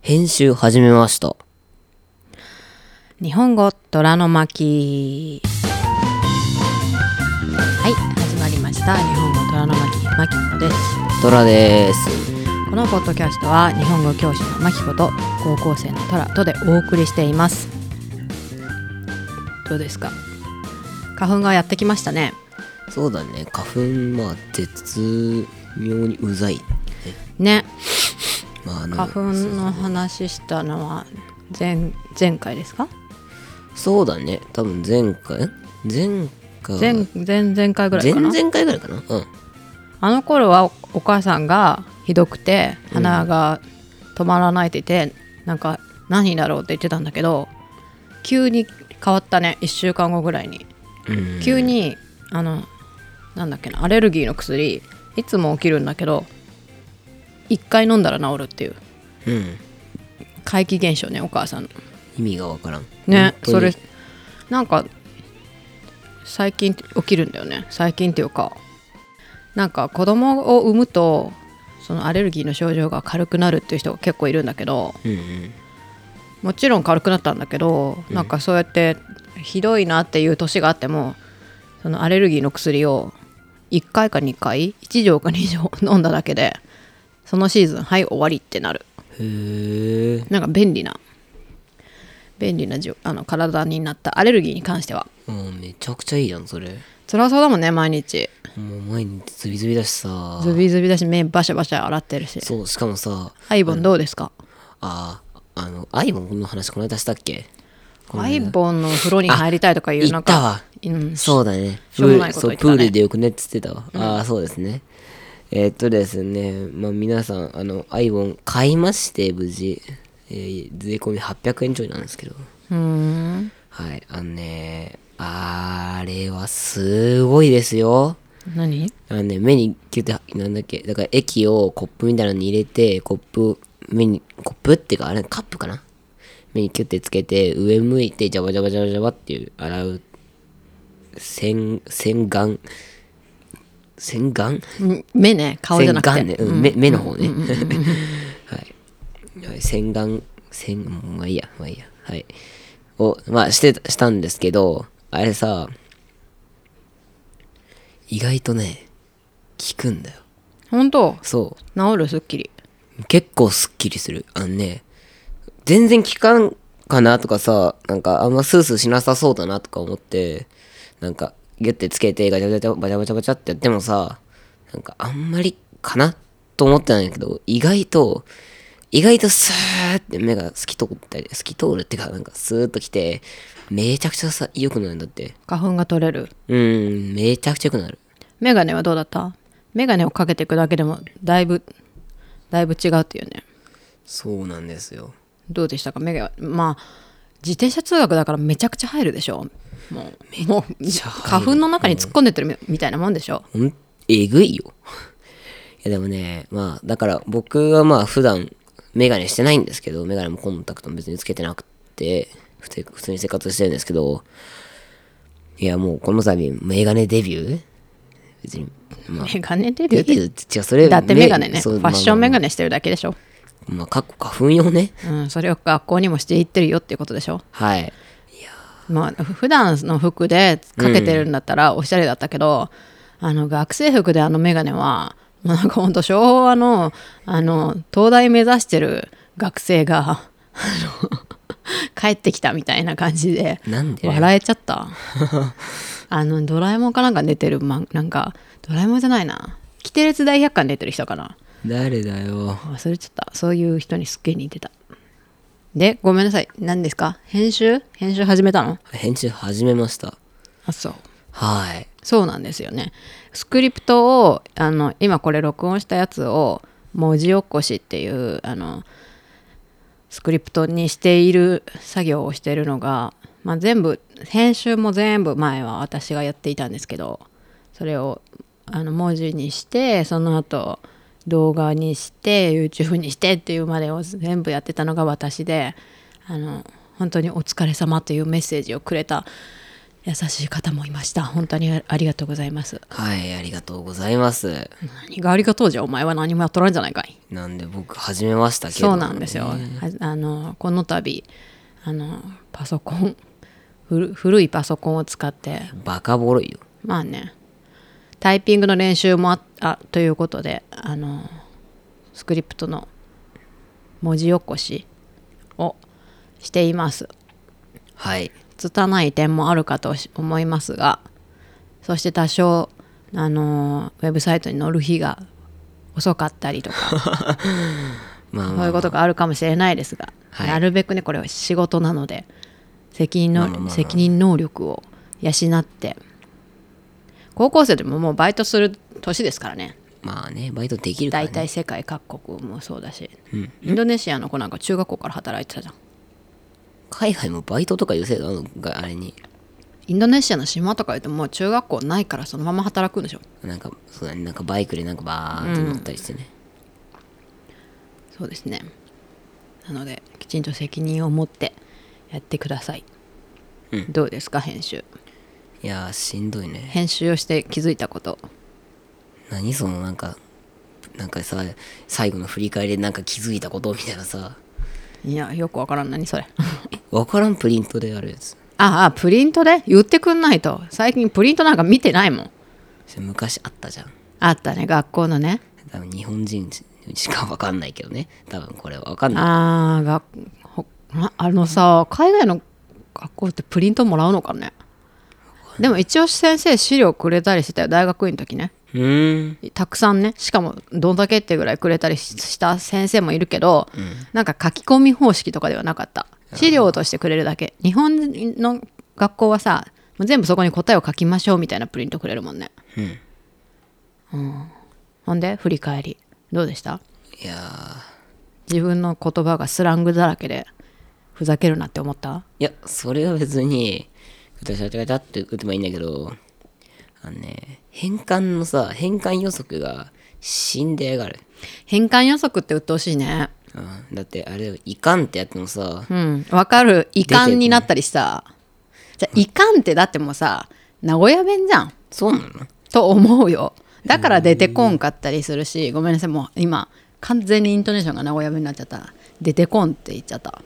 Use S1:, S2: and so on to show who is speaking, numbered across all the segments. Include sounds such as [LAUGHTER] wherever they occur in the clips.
S1: 編集始めました。
S2: 日本語虎の巻はい始まりました日本語虎の巻巻子です
S1: トラです。
S2: このポッドキャストは日本語教師の巻子と高校生の虎とでお送りしていますどうですか花粉がやってきましたね
S1: そうだね、花粉、まあ、絶妙にうざい。
S2: ね
S1: まあ、あの
S2: 花粉の話したのは前前回ですか
S1: そうだね、多分前回、前回、
S2: 前前々回ぐらいかな
S1: 前々回ぐらいかな。うん。
S2: あの頃はおお母さんがひどくて鼻が止まらないって言って、なんか何だろうって言ってたんだけど急に変わったね1週間後ぐらいに
S1: うん
S2: 急にあのなんだっけなアレルギーの薬いつも起きるんだけど1回飲んだら治るっていう
S1: うん。
S2: 怪奇現象ねお母さんの
S1: 意味がわからん。
S2: ね
S1: 本当に
S2: それなんか最近起きるんだよね最近っていうかなんか子供を産むとそのアレルギーの症状が軽くなるっていう人が結構いるんだけど
S1: うんうん。
S2: もちろん軽くなったんだけど、なんかそうやってひどいなっていう年があってもそのアレルギーの薬を1回か2回1錠か2錠 [LAUGHS] 飲んだだけでそのシーズンはい終わりってなる
S1: へえ。
S2: なんか便利な便利なじゅあの体になったアレルギーに関しては
S1: もうめちゃくちゃいいじゃん、それ。
S2: 辛そうだもんね毎日
S1: もう毎日ズビズビだしさ。
S2: ズビズビだし目バシャバシャ洗ってるし
S1: そう、しかもさ、
S2: アイボンどうですか
S1: あー、あの、アイボンの話この間したっけ
S2: アイボンの風呂に入りたいとかいう
S1: 言
S2: な
S1: っ
S2: んか
S1: たわ。
S2: うん、
S1: そうだね。
S2: し
S1: プ
S2: ょうも
S1: ー
S2: ない
S1: ル、
S2: こと
S1: そう、
S2: 言って
S1: プ
S2: たね
S1: ールでよくねって言ってたわ。ああ、そうですね。えーっとですね、まあ皆さん、あの、アイボン買いまして、無事。えー税込み800円ちょいなんですけど。
S2: うーん
S1: はい、あのね、あれはすごいですよ。
S2: 何
S1: あのね、目にキュッて、なんだっけ、だから液をコップみたいなのに入れて、コップ、目に、コップっていうか、あれ、カップかな目にキュッてつけて、上向いて、ジャバジャバジャバジャバっていう、洗う、洗、洗顔、洗顔
S2: うん目ね顔じゃなくて
S1: 洗顔ね、うん目目の方ね [LAUGHS] はいはい洗顔洗まあいいやまあいいやはいをまあしてたしたんですけどあれさ意外とね効くんだよ
S2: 本当
S1: そ
S2: 治るすっきり
S1: う結構すっきりするあのね全然効かんかなとかさなんかあんまスースーしなさそうだなとか思ってなんかギュッてつけてガチャガチャバチャバチャバチャってやってもさなんかあんまりかなと思ってたんだけど意外と意外とスーって目が透き通ったり透き通るっていうかなんかスーッときてめちゃくちゃさ良くなるんだって
S2: 花粉が取れる
S1: うんめちゃくちゃ良くなる
S2: 眼鏡はどうだった眼鏡をかけていくだけでもだいぶだいぶ違うっていうね
S1: そうなんですよ
S2: どうでしたか眼鏡まあ自転車通学だからめちゃくちゃ入るでしょもうもう花粉の中に突っ込んでってるみみたいなもんでしょ
S1: ほんえぐいよ。いやでもね、まあ、だから僕はまあ普段メガネしてないんですけど、メガネもコンタクトも別につけてなくて、普通普通に生活してるんですけど、いやもうこの度メガネデビュー別に、まあ、
S2: 眼鏡デビ
S1: デ
S2: ューって
S1: ビューって違う、それ
S2: だってメガネね
S1: そ
S2: フ
S1: う
S2: ァッションメ
S1: まあ
S2: ガネしてるだけでしょ、
S1: まあ、まあ、かっこ花粉用ね。
S2: うん、それを学校にもしていってるよっていうことでしょ
S1: はい。
S2: まあふ普段の服でかけてるんだったらおしゃれだったけど、あの学生服であのメガネはもうなんかほんと昭和のあの東大目指してる学生が [LAUGHS] あの帰ってきたみたいな感じで
S1: なんで
S2: 笑えちゃったあのドラえもんかなんか出てるまんなんかドラえもんじゃないなキテレツ大百科に出てる人かな
S1: 誰だよ。
S2: 忘れちゃったそういう人にすっげえ似てたでごめんなさい何ですか編集編集始めたの
S1: 編集始めました。
S2: あそう
S1: はい。
S2: そうなんですよねスクリプトをあの今これ録音したやつを文字起こしっていうあのスクリプトにしている作業をしているのが、まあ、全部編集も全部前は私がやっていたんですけどそれをあの文字にしてその後動画にして YouTube にしてっていうまでを全部やってたのが私であの本当にお疲れ様というメッセージをくれた優しい方もいました本当にありがとうございます
S1: はい、ありがとうございます。
S2: 何がありがとうじゃお前は何もやっとらんじゃないかい
S1: なんで僕、始めましたけど、
S2: そうなんですよ。はあのこの度あのパソコン古古いパソコンを使って
S1: バカボロいよ。
S2: まあねタイピングの練習もああということであのスクリプトの文字起こしをしています。
S1: はい。
S2: 拙い点もあるかと思いますがそして多少あのウェブサイトに載る日が遅かったりとか
S1: [LAUGHS] まあ
S2: そう
S1: ま
S2: い
S1: あ、
S2: うことがあるかもしれないですが、
S1: はい
S2: なるべくねこれは仕事なので責任の、
S1: まあまあまあ
S2: 責任能力を養って高校生でももうバイトする年ですからね
S1: まあね、バイトできるから、
S2: 大
S1: ね。
S2: 体世界各国もそうだし、インドネシアの子なんか中学校から働いてたじゃん
S1: 海外もバイトとかいう制度あるのか、あれに。
S2: インドネシアの島とか言ってもう中学校ないからそのまま働くんでしょ
S1: なんか、そうだね、なんかバイクでなんかバーって乗ったりしてね。
S2: そうですねなのできちんと責任を持ってやってください、どうですか編集
S1: いやー、しんどいね。
S2: 編集をして気づいたこと
S1: 何そのなんか、なんかさ、最後の振り返りでなんか気づいたことみたいなさ、
S2: いやよくわからん何それ [LAUGHS]
S1: わからんプリントであるやつ。
S2: ああプリントで言ってくんないと最近プリントなんか見てないもん
S1: それ昔あったじゃん。
S2: あったね学校のね
S1: 多分日本人しかわかんないけどね。多分これはわかんない。
S2: ああがほなあのさ海外の学校ってプリントもらうのかねでも一応先生資料くれたりしてたよ大学院の時ね
S1: うーん。
S2: たくさんねしかもどんだけってぐらいくれたりしした先生もいるけど、なんか書き込み方式とかではなかった資料としてくれるだけ日本の学校はさもう全部そこに答えを書きましょうみたいなプリントくれるもんねうん、ほんで振り返りどうでした
S1: いやー。
S2: 自分の言葉がスラングだらけでふざけるなって思った
S1: いや、それは別に、ガチャガチャガチャって打てばいいんだけど、あのね、変換のさ、変換予測が死んでやがる。
S2: 変換予測って鬱陶しいね
S1: うん、だって、あれよ、いかんってやってもさ、
S2: うんわかる遺
S1: 出て
S2: 憾
S1: こ
S2: になったりさじゃあ遺憾ってだってもうさ名古屋弁じゃん
S1: そうなの
S2: と思うよだから出てこんかったりするしごめんなさいもう今完全にイントネーションが名古屋弁になっちゃった出てこんって言っちゃった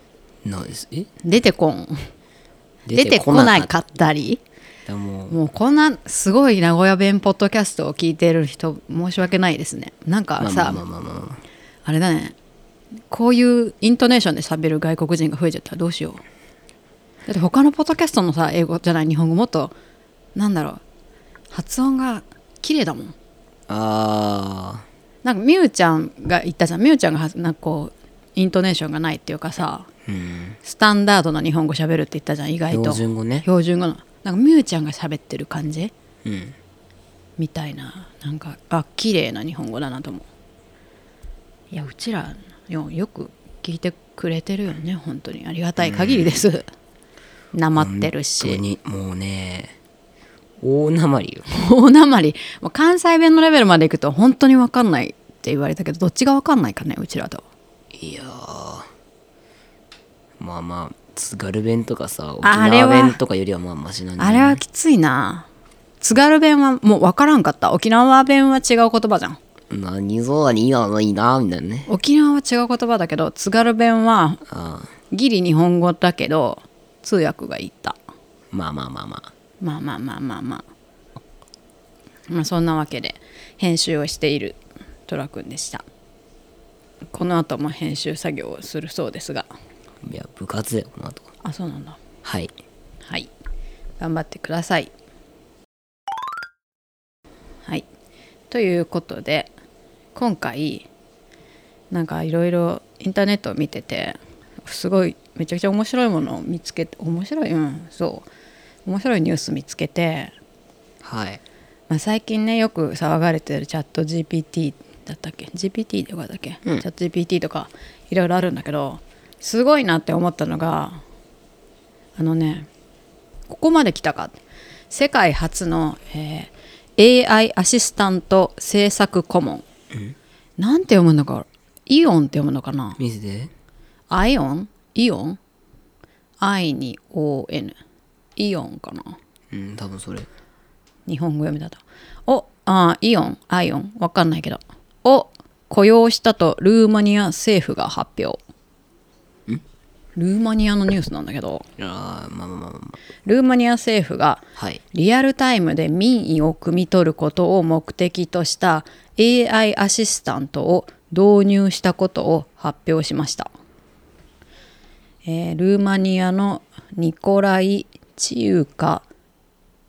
S1: なですえ
S2: 出てこん出てこない
S1: か
S2: かったり
S1: だもう、
S2: もうこんなすごい名古屋弁ポッドキャストを聞いてる人申し訳ないですねなんか
S1: まあま
S2: さ
S1: あまあまあまあまあ。
S2: あれだねこういうイントネーションで喋る外国人が増えちゃったらどうしようだって他のポッドキャストのさ英語じゃない日本語もっとなんだろう発音が綺麗だもん
S1: あ
S2: なんかみゆちゃんが言ったじゃんみゆちゃんがはなんかこうイントネーションがないっていうかさ
S1: ー、うん。
S2: スタンダードな日本語喋るって言ったじゃん意外と
S1: 標準語ね。
S2: 標準語のなんかみゆちゃんが喋ってる感じ
S1: うん。
S2: みたいななんかあ綺麗な日本語だなと思ういやうちらよよく聞いてくれてるよね本当にありがたい限りですなまって
S1: 本
S2: る
S1: 当
S2: し
S1: に、もうね、大なまりよ。
S2: 大なまりもう関西弁のレベルまでいくと本当に分かんないって言われたけどどっちが分かんないかねうちらと
S1: いやーまあまあ津軽弁とかさ沖
S2: あれは
S1: 縄弁とかよりはまあマシなんじゃな
S2: あ
S1: い
S2: れはきついな津軽弁はもう分からんかった沖縄弁は違う言葉じゃん
S1: 何ぞだにいいなのいいなみたいなね
S2: 沖縄は違う言葉だけど津軽弁は
S1: ああ
S2: ギリ日本語だけど通訳が言った
S1: まあまあまあまあ
S2: まあまあまあまあまあまあそんなわけで編集をしているトラ君でしたこの後も編集作業をするそうですが
S1: いや部活だよこの後
S2: あそうなんだ
S1: はい
S2: はい頑張ってくださいはいということで今回なんかいろいろインターネットを見ててすごいめちゃくちゃ面白いものを見つけて面白いうんそう面白いニュース見つけて
S1: はい
S2: まあ、最近ねよく騒がれてるチャット GPT だったっけ GPT とかだっけ、
S1: うん
S2: チャット GPT とかいろいろあるんだけどすごいなって思ったのがあのねここまで来たか世界初の、えー AI アシスタント制作顧問、なんて読むのかイオンって読むのかな
S1: 見せて
S2: アイオンイオン愛に ON イオンかな
S1: うん、多分それ。
S2: 日本語読みだと。をあーイオン、アイオン、わかんないけど。を雇用したとルーマニア政府が発表。ルーマニアのニュースなんだけど、
S1: ああ、まあまあまあまあま
S2: ルーマニア政府が
S1: あ。はい。
S2: リアルタイムで民意を汲み取ることを目的とした AI アシスタントを導入したことを発表しました、えールーマニアのニコライ・チウカ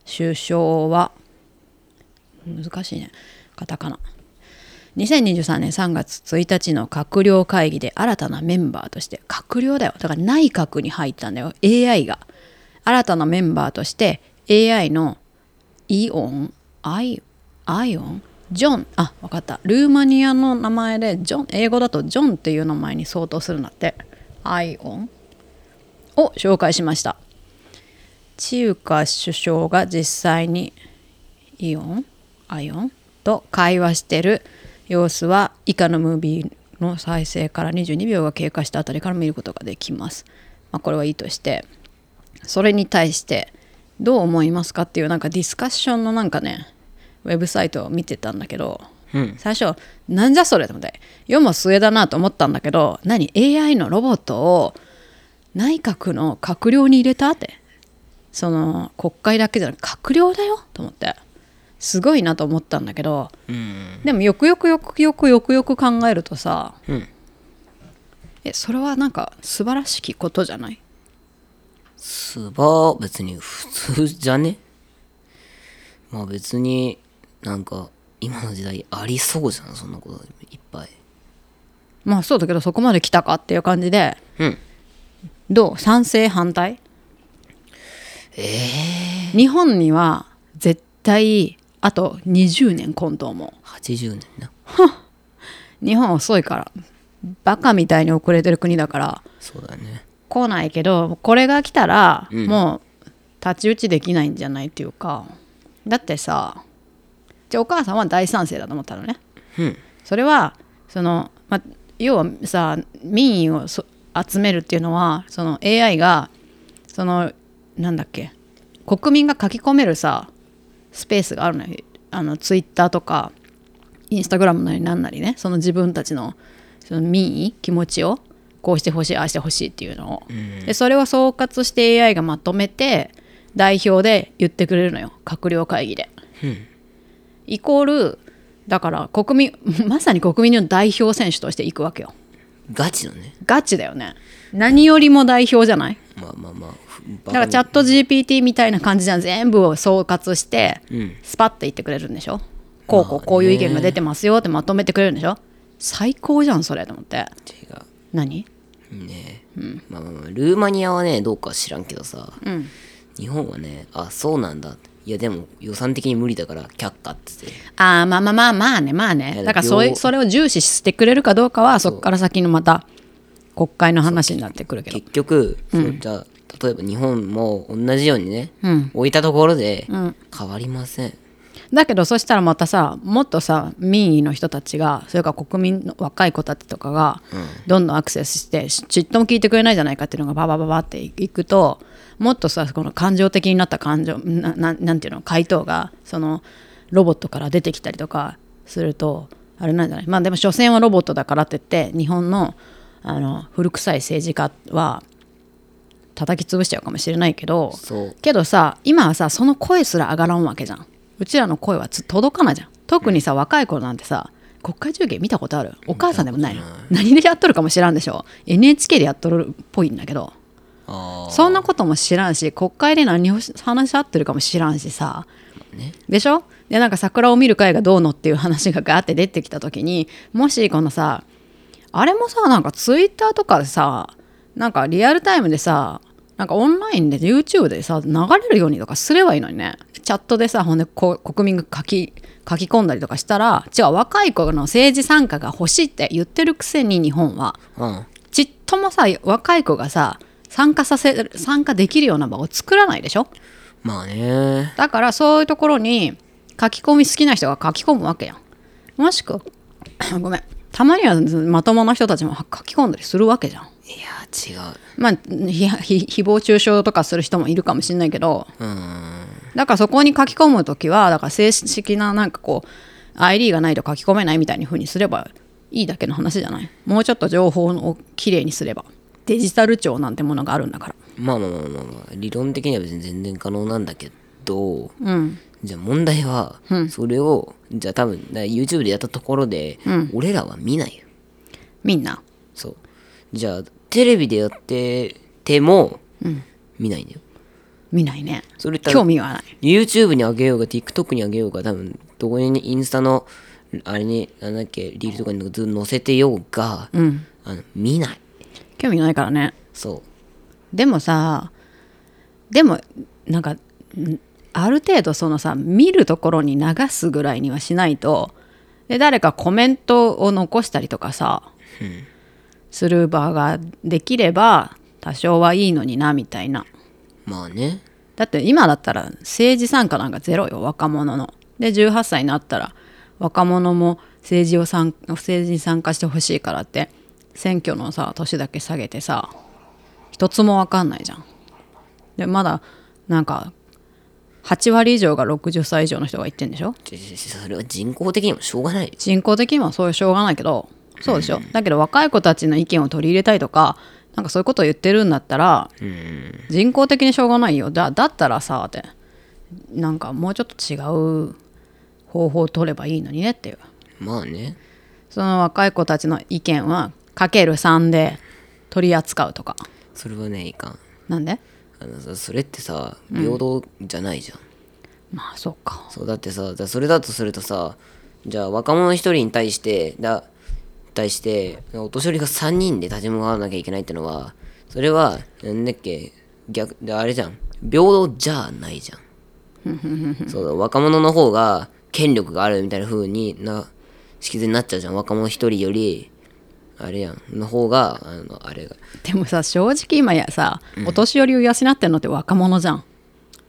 S2: 首相は難しいねカタカナ2023年3月1日の閣僚会議で新たなメンバーとして閣僚だよだから内閣に入ったんだよ AI が新たなメンバーとして AI のイオンアイアイオンジョンあ分かったルーマニアの名前でジョン英語だとジョンっていう名前に相当するんだってアイオンを紹介しましたチウカ首相が実際にイオンアイオンと会話してる様子は以下のムービーの再生から22秒が経過したあたりから見ることができます、まあ、これはいいとしてそれに対してどう思いますかっていうなんかディスカッションのなんかねウェブサイトを見てたんだけど、最初なんじゃそれと思って世も末だなと思ったんだけど何 AI のロボットを内閣の閣僚に入れたってその国会だけじゃなく閣僚だよと思ってすごいなと思ったんだけど
S1: うん。
S2: でもよくよくよくよくよくよく考えるとさ
S1: うん。
S2: えそれはなんか素晴らしきことじゃない
S1: すば、別に普通じゃねまあ別に、なんか、今の時代ありそうじゃん、そんなこといっぱい。
S2: まあそうだけどそこまで来たかっていう感じで
S1: うん。
S2: どう賛成反対
S1: ええ
S2: 日本には絶対あと20年今度も
S1: ー。80年な。
S2: 日本遅いからバカみたいに遅れてる国だから
S1: そうだね。
S2: 来ないけどこれが来たら、
S1: うん
S2: もう太刀打ちできないんじゃないっていうかだってさじゃあお母さんは大賛成だと思ったのね
S1: うん。
S2: それはその、まあ、要はさ民意をそ集めるっていうのはその AI がそのなんだっけ国民が書き込めるさスペースがあるのよあのツイッターとかインスタグラムなりなんなりねその自分たちのその民意気持ちをこうしてほしいああしてほしいっていうのを、でそれを総括して AI がまとめて代表で言ってくれるのよ閣僚会議で。イコールだから国民 [LAUGHS] まさに国民の代表選手としていくわけよ
S1: ガチのね。
S2: ガチだよね何よりも代表じゃない
S1: まあまあまあ。ふ
S2: だ
S1: バ
S2: か
S1: カ
S2: ら
S1: に
S2: チャット GPT みたいな感じじゃん全部を総括して
S1: うん。
S2: スパッと言ってくれるんでしょこうこうこういう意見が出てますよってまとめてくれるんでしょ最高じゃんそれと思って
S1: 違う。
S2: 何
S1: ねえ、まあまあまあルーマニアはねどうか知らんけどさ、
S2: ん
S1: 日本はねあそうなんだいやでも予算的に無理だから却下っつって
S2: ああまあまあまあまあねまあ
S1: い
S2: ね
S1: や
S2: だからそ
S1: 両
S2: れそれを重視してくれるかどうかはそこから先のまた国会の話になってくるけど
S1: 結局、そうじゃあ例えば日本も同じようにね、
S2: うん
S1: 置いたところで変わりません、
S2: だけどそしたらまたさもっとさ民意の人たちがそれから国民の若い子たちとかがどんどんアクセスしてしちっとも聞いてくれないじゃないかっていうのがババババっていくともっとさこの感情的になった感情なななんていうの回答がそのロボットから出てきたりとかするとあれなんじゃないまあでも所詮はロボットだからって言って日本のあの古臭い政治家は叩き潰しちゃうかもしれないけど
S1: そう
S2: けどさ今はさその声すら上がらんわけじゃんうちらの声はつ届かないじゃん特にさ、若い頃なんてさ国会中継見たことあるお母さんでもないの何でやっとるかも知らんでしょ NHK でやっとるっぽいんだけど
S1: ああ
S2: そんなことも知らんし国会で何を話し合ってるかも知らんしさ、
S1: ね
S2: でしょでなんか桜を見る会がどうのっていう話がガーって出てきた時にもしこのさあれもさなんかツイッターとかでさなんかリアルタイムでさなんかオンラインで YouTube でさ流れるようにとかすればいいのにねチャットでさほんでこう国民が書き書き込んだりとかしたら違う若い子の政治参加が欲しいって言ってるくせに日本は
S1: うん
S2: ちっともさ若い子がさ参加させる参加できるような場を作らないでしょ
S1: まあね
S2: だからそういうところに書き込み好きな人が書き込むわけやんもしくは [COUGHS] ごめんたまにはまともな人たちも書き込んだりするわけじゃん
S1: いや違う
S2: まあひひ誹謗中傷とかする人もいるかもしれないけど
S1: うーん
S2: だからそこに書き込むときはだから正式ななんかこう ID がないと書き込めないみたいに風にすればいいだけの話じゃないもうちょっと情報をきれいにすればデジタル庁なんてものがあるんだから
S1: まあまあまあまあ、まあ、理論的には別に全然可能なんだけど、
S2: うん
S1: じゃあ問題は、それをじゃあ多分だから YouTube でやったところで、俺らは見ないよ
S2: みんな
S1: そうじゃあテレビでやってても、見ないんだよ
S2: 見ないね
S1: それ言ったら
S2: 興味はない
S1: YouTube にあげようが TikTok にあげようが多分どこにインスタのあれになんだっけリールとかにずっと載せてようが、あの見ない
S2: 興味ないからね
S1: そう
S2: でもさでもなんかんある程度そのさ見るところに流すぐらいにはしないとで誰かコメントを残したりとかさ、する場ができれば多少はいいのになみたいな
S1: まあね
S2: だって今だったら政治参加なんかゼロよ若者ので18歳になったら若者も政治を参政治に参加してほしいからって選挙のさ年だけ下げてさ一つも分かんないじゃんでまだなんか8割以上が60歳以上の人が言ってんでしょ
S1: ちょちょそれは人工的にもしょうがない
S2: 人口的にはそういうしょうがないけどそうでしょだけど若い子たちの意見を取り入れたいとかなんかそういうことを言ってるんだったら人工的にしょうがないよだだったらさってなんかもうちょっと違う方法を取ればいいのにねっていう
S1: まあね
S2: その若い子たちの意見はかける3で取り扱うとか
S1: それはねいかん
S2: なんで
S1: あのさそれってさ平等じゃないじゃん、
S2: まあそうか
S1: そうだってさだそれだとするとさじゃあ若者一人に対してだ対してお年寄りが3人で立ち向かわなきゃいけないってのはそれはなんだっけ逆であれじゃん平等じゃないじゃんそうだ若者の方が権力があるみたいな風にな式前になっちゃうじゃん若者一人よりあれやんの方があのあれが
S2: でもさ正直今やさお年寄りを養ってるのって若者じゃん、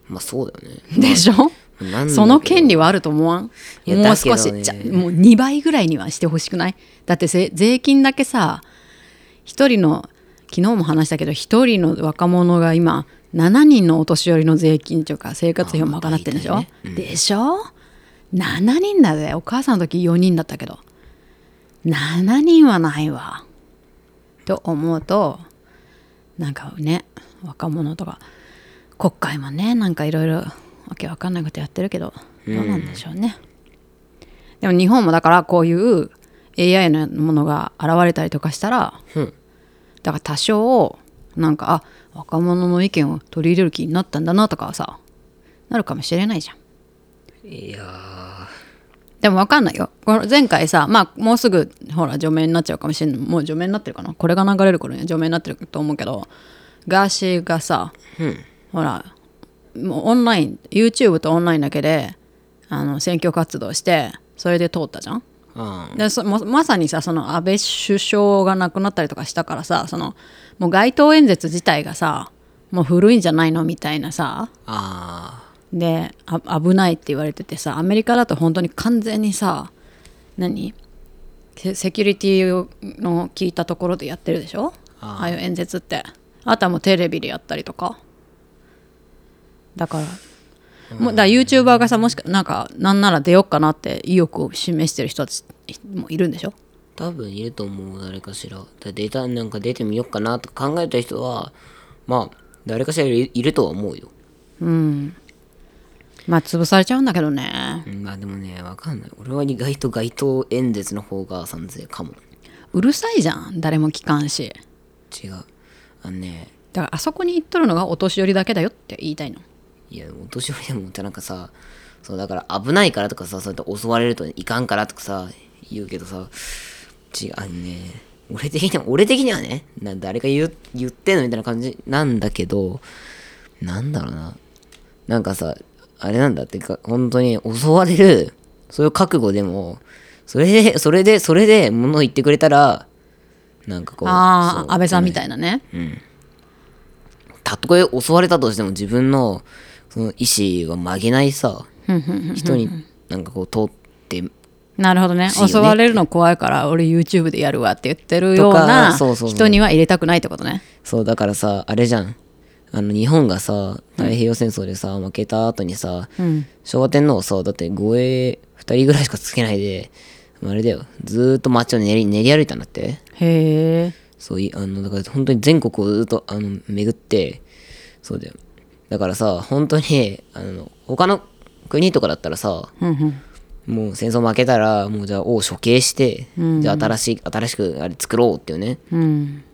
S1: まあそうだよね
S2: でしょ
S1: なんだけど
S2: その権利はあると思わん
S1: いや
S2: もう
S1: だけど
S2: 少
S1: ね
S2: し、じゃもう2倍ぐらいにはしてほしくないだってせ税金だけさ1人の昨日も話したけど1人の若者が今7人のお年寄りの税金というか生活費を賄ってるんでしょ、
S1: あまあ
S2: でしょ7人だぜお母さんの時4人だったけど7人はないわと思うとなんかね若者とか国会もねなんかいろいろわけわかんないことやってるけどどうなんでしょうね、でも日本もだからこういう AI のものが現れたりとかしたら、
S1: うん
S2: だから多少なんかあ若者の意見を取り入れる気になったんだなとかはさなるかもしれないじゃん
S1: いやー
S2: でも分かんないよこれ前回さまあもうすぐほら除名になっちゃうかもしれないもう除名になってるかなこれが流れる頃には除名になってると思うけどガーシーがさ、ほらもうオンライン YouTube とオンラインだけであの選挙活動してそれで通ったじゃん
S1: あ
S2: でそもまさにさその安倍首相が亡くなったりとかしたからさそのもう街頭演説自体がさもう古いんじゃないのみたいなさ
S1: ああ
S2: であ危ないって言われててさアメリカだと本当に完全にさ何セセキュリティの聞いたところでやってるでしょああいう演説ってあとはもうテレビでやったりとかだからもうだから YouTuber がさもしかなんかなんなら出ようかなって意欲を示してる人たちもいるんでしょ
S1: 多分いると思う誰かしらだデータなんか出てみようかなとか考えた人はまあ誰かしらいるいるとは思うよ、
S2: まあ潰されちゃうんだけどね
S1: うんまあでもねわかんない俺は意外と街頭演説の方が賛成かも
S2: うるさいじゃん誰も聞かんし
S1: 違うあのね
S2: だからあそこに行っとるのがお年寄りだけだよって言いたいの
S1: いやお年寄りでもなんかさそうだから危ないからとかさそうやって襲われるといかんからとかさ言うけどさ違うあのね俺的には俺的にはねな誰が言う言ってんのみたいな感じなんだけどなんだろうななんかさあれなんだってか本当に襲われるそういう覚悟でもそれでそれでそれで物を言ってくれたらなんかこう
S2: あ
S1: そう
S2: あ安倍さんみたいなね、
S1: たとえ襲われたとしても自分のその意思は曲げないさ人になんかこう通って
S2: なるほど
S1: い
S2: ね
S1: よね
S2: 襲われるの怖いから俺 YouTube でやるわって言ってるよう
S1: と
S2: な
S1: かそうそうそう
S2: 人には入れたくないってことね
S1: そうだからさあれじゃんあの日本がさ太平洋戦争でさ、負けた後にさ、
S2: うん
S1: 昭和天皇さだって護衛2人ぐらいしかつけないであれだよずーっと街を練り練り歩いたんだって
S2: へえ
S1: そういあのだから本当に全国をずっとあの巡ってそうだよだからさ本当にあの他の国とかだったらさ
S2: うんうん
S1: もう戦争負けたらもうじゃあ王処刑して、じゃあ新しい新しくあれ作ろうっていうね
S2: うん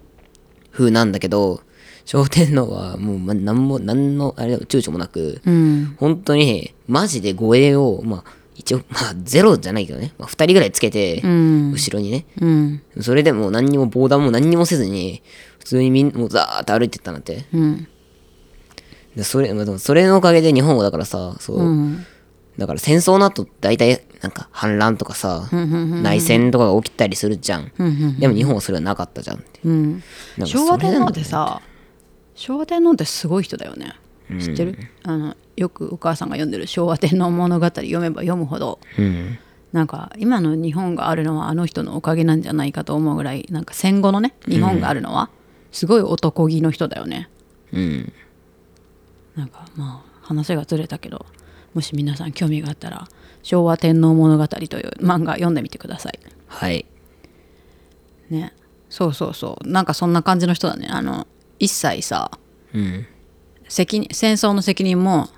S1: 風なんだけど昭和天皇はもうま何も何のあれだよ躊躇もなく、
S2: うん
S1: 本当にマジで護衛をまあ一応まあゼロじゃないけどね、まあ、2人ぐらいつけて、
S2: うん
S1: 後ろにね
S2: うん
S1: それでもう何にも防弾も何にもせずに普通にみんもうザーッと歩いてったんだって
S2: うん
S1: でそれまあでもそれのおかげで日本はだからさそう、
S2: うん
S1: だから戦争の後大体なんか反乱とかさ、
S2: うんうん
S1: 内戦とかが起きたりするじゃん、
S2: うん
S1: でも日本はそれはなかったじゃんって
S2: うん
S1: なんか
S2: 昭和
S1: それ
S2: 天
S1: なん
S2: 皇
S1: だ
S2: ってさ昭和天皇ってすごい人だよね知ってる、あのよくお母さんが読んでる昭和天皇物語読めば読むほど
S1: うん
S2: なんか今の日本があるのはあの人のおかげなんじゃないかと思うぐらいなんか戦後のね日本があるのはすごい男気の人だよね、
S1: うん
S2: なんかまあ話がずれたけどもし皆さん興味があったら「昭和天皇物語」という漫画読んでみてください
S1: はい
S2: ねそうそうそうなんかそんな感じの人だねあの一切さ
S1: うん
S2: 責任戦争の責任も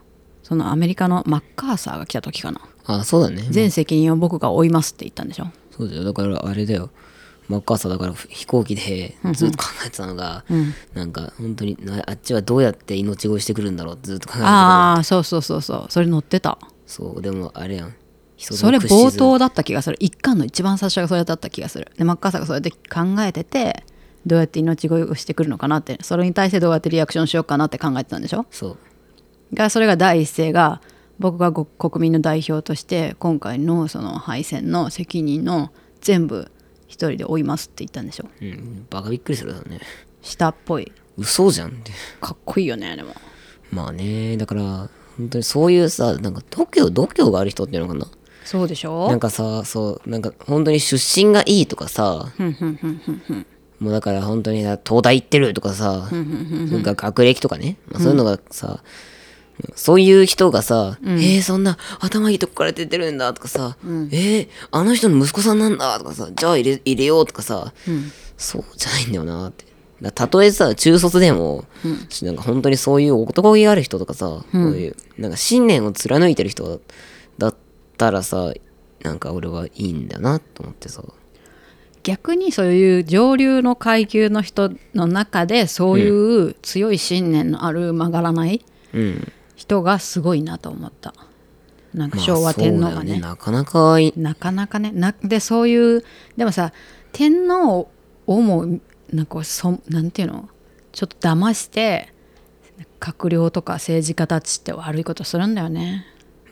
S2: そのアメリカのマッカーサーが来た時かな
S1: あそうだね
S2: 全責任を僕が負いますって言ったんでしょ
S1: そうだよだからあれだよマッカーサーだから飛行機でずっと考えてたのが、なんか本当になあっちはどうやって命乞いしてくるんだろうってずっと考えてた
S2: ああそうそうそうそうそれ乗ってた
S1: そうでもあれやん人
S2: それ
S1: の屈指
S2: 冒
S1: 図
S2: 頭だった気がする一巻の一番最初がそれだった気がするでマッカーサーがそれで考えててどうやって命乞いをしてくるのかなってそれに対してどうやってリアクションしようかなって考えてたんでしょ
S1: そう
S2: がそれが第一声が僕がご国民の代表として今回のその敗戦の責任の全部一人で負いますって言ったんでしょ
S1: うんバカびっくりするだろうね
S2: 下っぽい
S1: 嘘じゃんって
S2: かっこいいよねでも
S1: まあねだから本当にそういうさなんか度胸度胸がある人っていうのかな
S2: そうでしょ
S1: なんかさそうなんか本当に出身がいいとかさもうだから本当にさ東大行ってるとかさなんか学歴とかね、まあ、そういうのがさ、そういう人がさ「えー、そんな頭いいとこから出てるんだ」とかさ「えー、あの人の息子さんなんだ」とかさ「じゃあ入れ入れよう」とかさ、そうじゃないんだよなって。だたとえさ中卒でも、なんか本当にそういう男気がある人とかさ、こういうなんか信念を貫いてる人だったらさなんか俺はいいんだなと思ってさ
S2: 逆にそういう上流の階級の人の中でそういう強い信念のある曲がらない
S1: うん
S2: 人がすごいなと思ったなんか
S1: まあ
S2: 昭和天皇
S1: そうだよ
S2: がね,、
S1: なかなかい
S2: なかなかねなでそういうでもさ天皇をもうなんかそなんていうのちょっと騙して閣僚とか政治家たちって悪いことするんだよね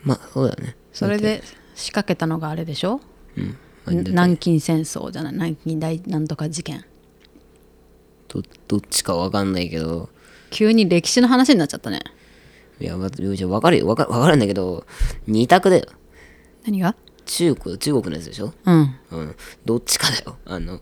S1: まあそうだよね
S2: それで仕掛けたのがあれでしょ
S1: うんまあだって
S2: 南京戦争じゃない南京大なんとか事件
S1: どどっちかわかんないけど
S2: 急に歴史の話になっちゃったね
S1: いやわじゃあわかるよわかわかるんだけど二択だよ
S2: 何が
S1: 中国中国のやつでしょ
S2: うん
S1: うんどっちかだよあの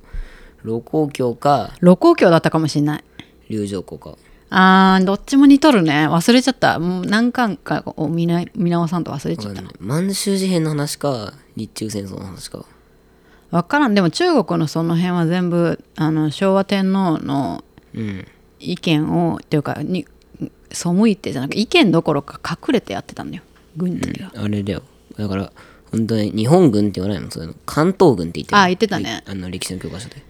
S1: 盧溝橋か
S2: 露光橋だったかもしれない
S1: 龍城湖か
S2: あーどっちも似とるね忘れちゃったもう何巻かを見な見直さんと忘れちゃ
S1: わ
S2: っ
S1: か
S2: た
S1: んない満州事変の話か日中戦争の話か
S2: わからんでも中国のその辺は全部あの昭和天皇の
S1: うん
S2: 意見をっていうかに背いてじゃなく意見どころか隠れてやってたんだよ軍隊が、
S1: あれだよだから本当に日本軍って言わないのそういうの関東軍って言ってる
S2: あ言ってたね
S1: あの歴史の教科書で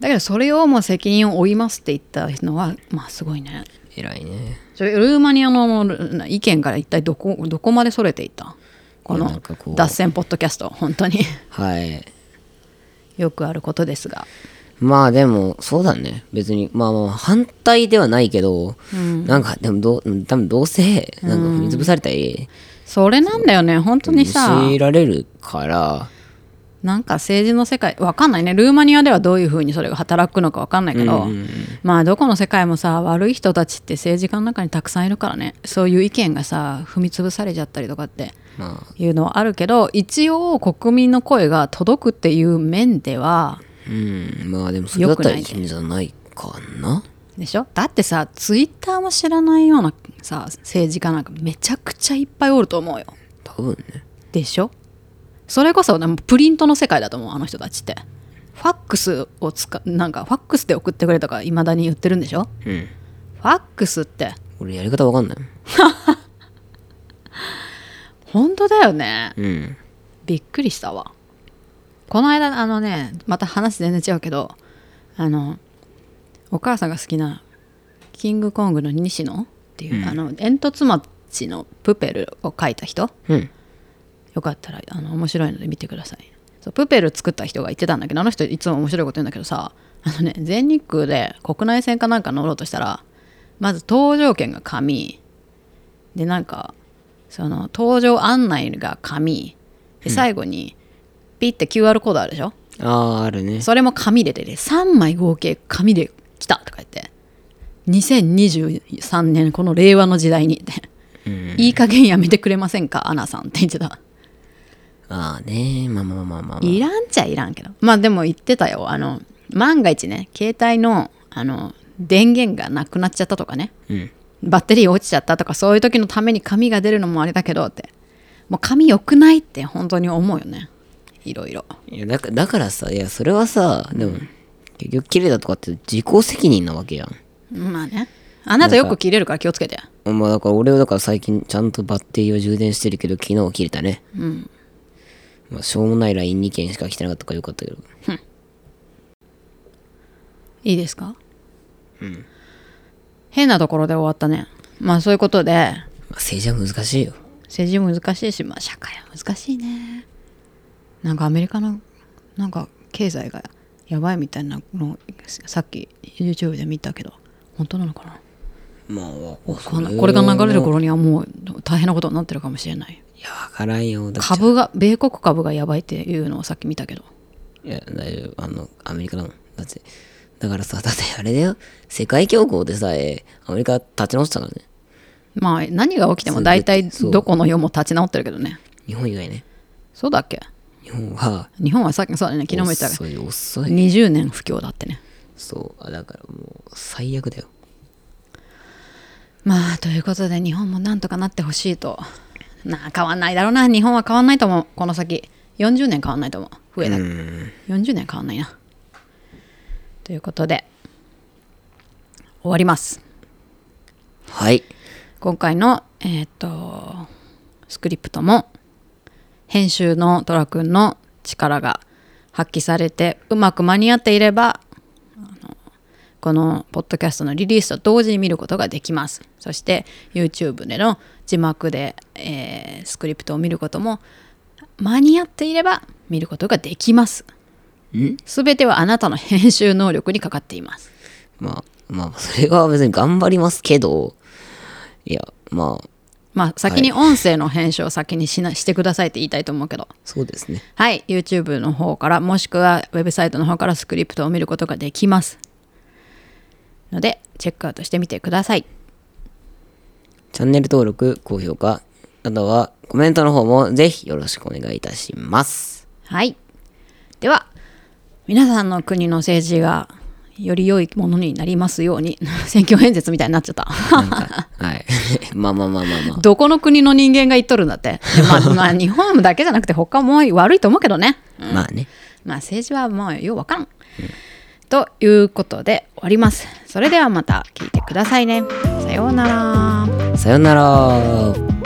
S2: だけどそれをもう責任を負いますって言ったのはまあすごいね
S1: 偉いね
S2: それルーマニアのル意見から一体どこどこまでそれていったこ
S1: いやな
S2: の
S1: んかこう
S2: 脱線ポッドキャスト本当に [LAUGHS]
S1: はい
S2: よくあることですが
S1: まあでもそうだね別にまあまあ反対ではないけど、なんかでもどう多分どうせなんか踏み潰されたり、
S2: それなんだよね本当にさ
S1: 強いられるから
S2: なんか政治の世界わかんないねルーマニアではどういうふうにそれが働くのかわかんないけど、まあどこの世界もさ悪い人たちって政治家の中にたくさんいるからねそういう意見がさ踏み潰されちゃったりとかって
S1: まあ
S2: いうのはあるけど一応国民の声が届くっていう面では
S1: うんまあでもそれだったらいいんじゃないかな
S2: でしょだってさツイッターも知らないようなさ政治家なんかめちゃくちゃいっぱいおると思うよ
S1: 多分ね
S2: でしょそれこそでもプリントの世界だと思うあの人たちってファックスを使なんかファックスで送ってくれとかいまだに言ってるんでしょ
S1: うん
S2: ファックスって
S1: 俺やり方わかんないもん
S2: 本当だよね
S1: うん
S2: びっくりしたわこの間あのねまた話全然違うけどあのお母さんが好きなキングコングの西野っていう、あの煙突町のプペルを描いた人
S1: うん
S2: よかったらあの面白いので見てくださいそうプペル作った人が言ってたんだけどあの人いつも面白いこと言うんだけどさあのね全日空で国内線かなんか乗ろうとしたらまず搭乗券が紙でなんかその搭乗案内が紙で最後にピッて QR コードあるでしょ、
S1: あああるね
S2: それも紙で出て3枚合計紙で来たとか言って2023年この令和の時代にって
S1: うん
S2: いい加減やめてくれませんかアナさんって言ってた
S1: ああねまあまあまあまあまあ
S2: いらんちゃいらんけどまあでも言ってたよあの万が一ね携帯のあの電源がなくなっちゃったとかね
S1: うん
S2: バッテリー落ちちゃったとかそういう時のために紙が出るのもあれだけどってもう紙良くないって本当に思うよねいろいろ
S1: いやだかだからさいやそれはさでも結局切れたとかって自己責任なわけやん
S2: まあねあなたよく切れるから気をつけて
S1: まあだから俺はだから最近ちゃんとバッテリーを充電してるけど昨日切れたねうんまあしょうもない LINE2 件しか来てなかったからよかったけど
S2: いいですかうん変なところで終わったねまあそういうことで
S1: まあ政治は難しいよ
S2: 政治難しいし、まあ、社会は難しいねなんかアメリカのなんか経済がやばいみたいなのさっき YouTube で見たけど本当なのかな
S1: まあわ
S2: このこれが流れる頃にはもう大変なことになってるかもしれない
S1: いやわからんよだって
S2: 株が米国株がやばいっていうのをさっき見たけど
S1: いや大丈夫あのアメリカだもんだってだからさだ [LAUGHS] ってあれだよ世界恐慌でさえアメリカ立ち直したからね
S2: まあ何が起きても大体
S1: そう
S2: どこの世も立ち直ってるけどね
S1: 日本以外ね
S2: そうだっけ
S1: 日本は
S2: 日本はさっきそうだね昨日も言った
S1: 遅い遅い
S2: 20年不況だってね
S1: そうあだからもう最悪だよ
S2: まあということで日本もなんとかなってほしいとなあ変わんないだろうな日本は変わんないと思うこの先40年変わんないと思う増えだ、
S1: うん
S2: 40年変わんないなということで終わります
S1: はい
S2: 今回のえーっとスクリプトも編集のトラ君の力が発揮されてうまく間に合っていればあのこのポッドキャストのリリースと同時に見ることができますそして YouTube での字幕で、えースクリプトを見ることも間に合っていれば見ることができます
S1: ん
S2: すべてはあなたの編集能力にかかっています
S1: まあ、まあ、それは別に頑張りますけど、いや、まあ、
S2: まあ先に音声の編集を先にしなしてくださいって言いたいと思うけど
S1: そうですね。
S2: はい、YouTube の方からもしくはウェブサイトの方からスクリプトを見ることができますのでチェックアウトしてみてください
S1: チャンネル登録、高評価、あとはコメントの方もぜひよろしくお願いいたします。
S2: はいでは皆さんの国の政治がより良いものになりますように [LAUGHS] 選挙演説みたいになっちゃった [LAUGHS]
S1: なんか、はい。 [LAUGHS] まあまあまあまあまあ。
S2: どこの国の人間が言っとるんだってでまあ、 [LAUGHS] まあ、日本だけじゃなくて他も悪いと思うけどね
S1: まあね。
S2: まあ政治はもうようわからん、ということで終わりますそれではまた聞いてくださいねさようなら
S1: さよなら。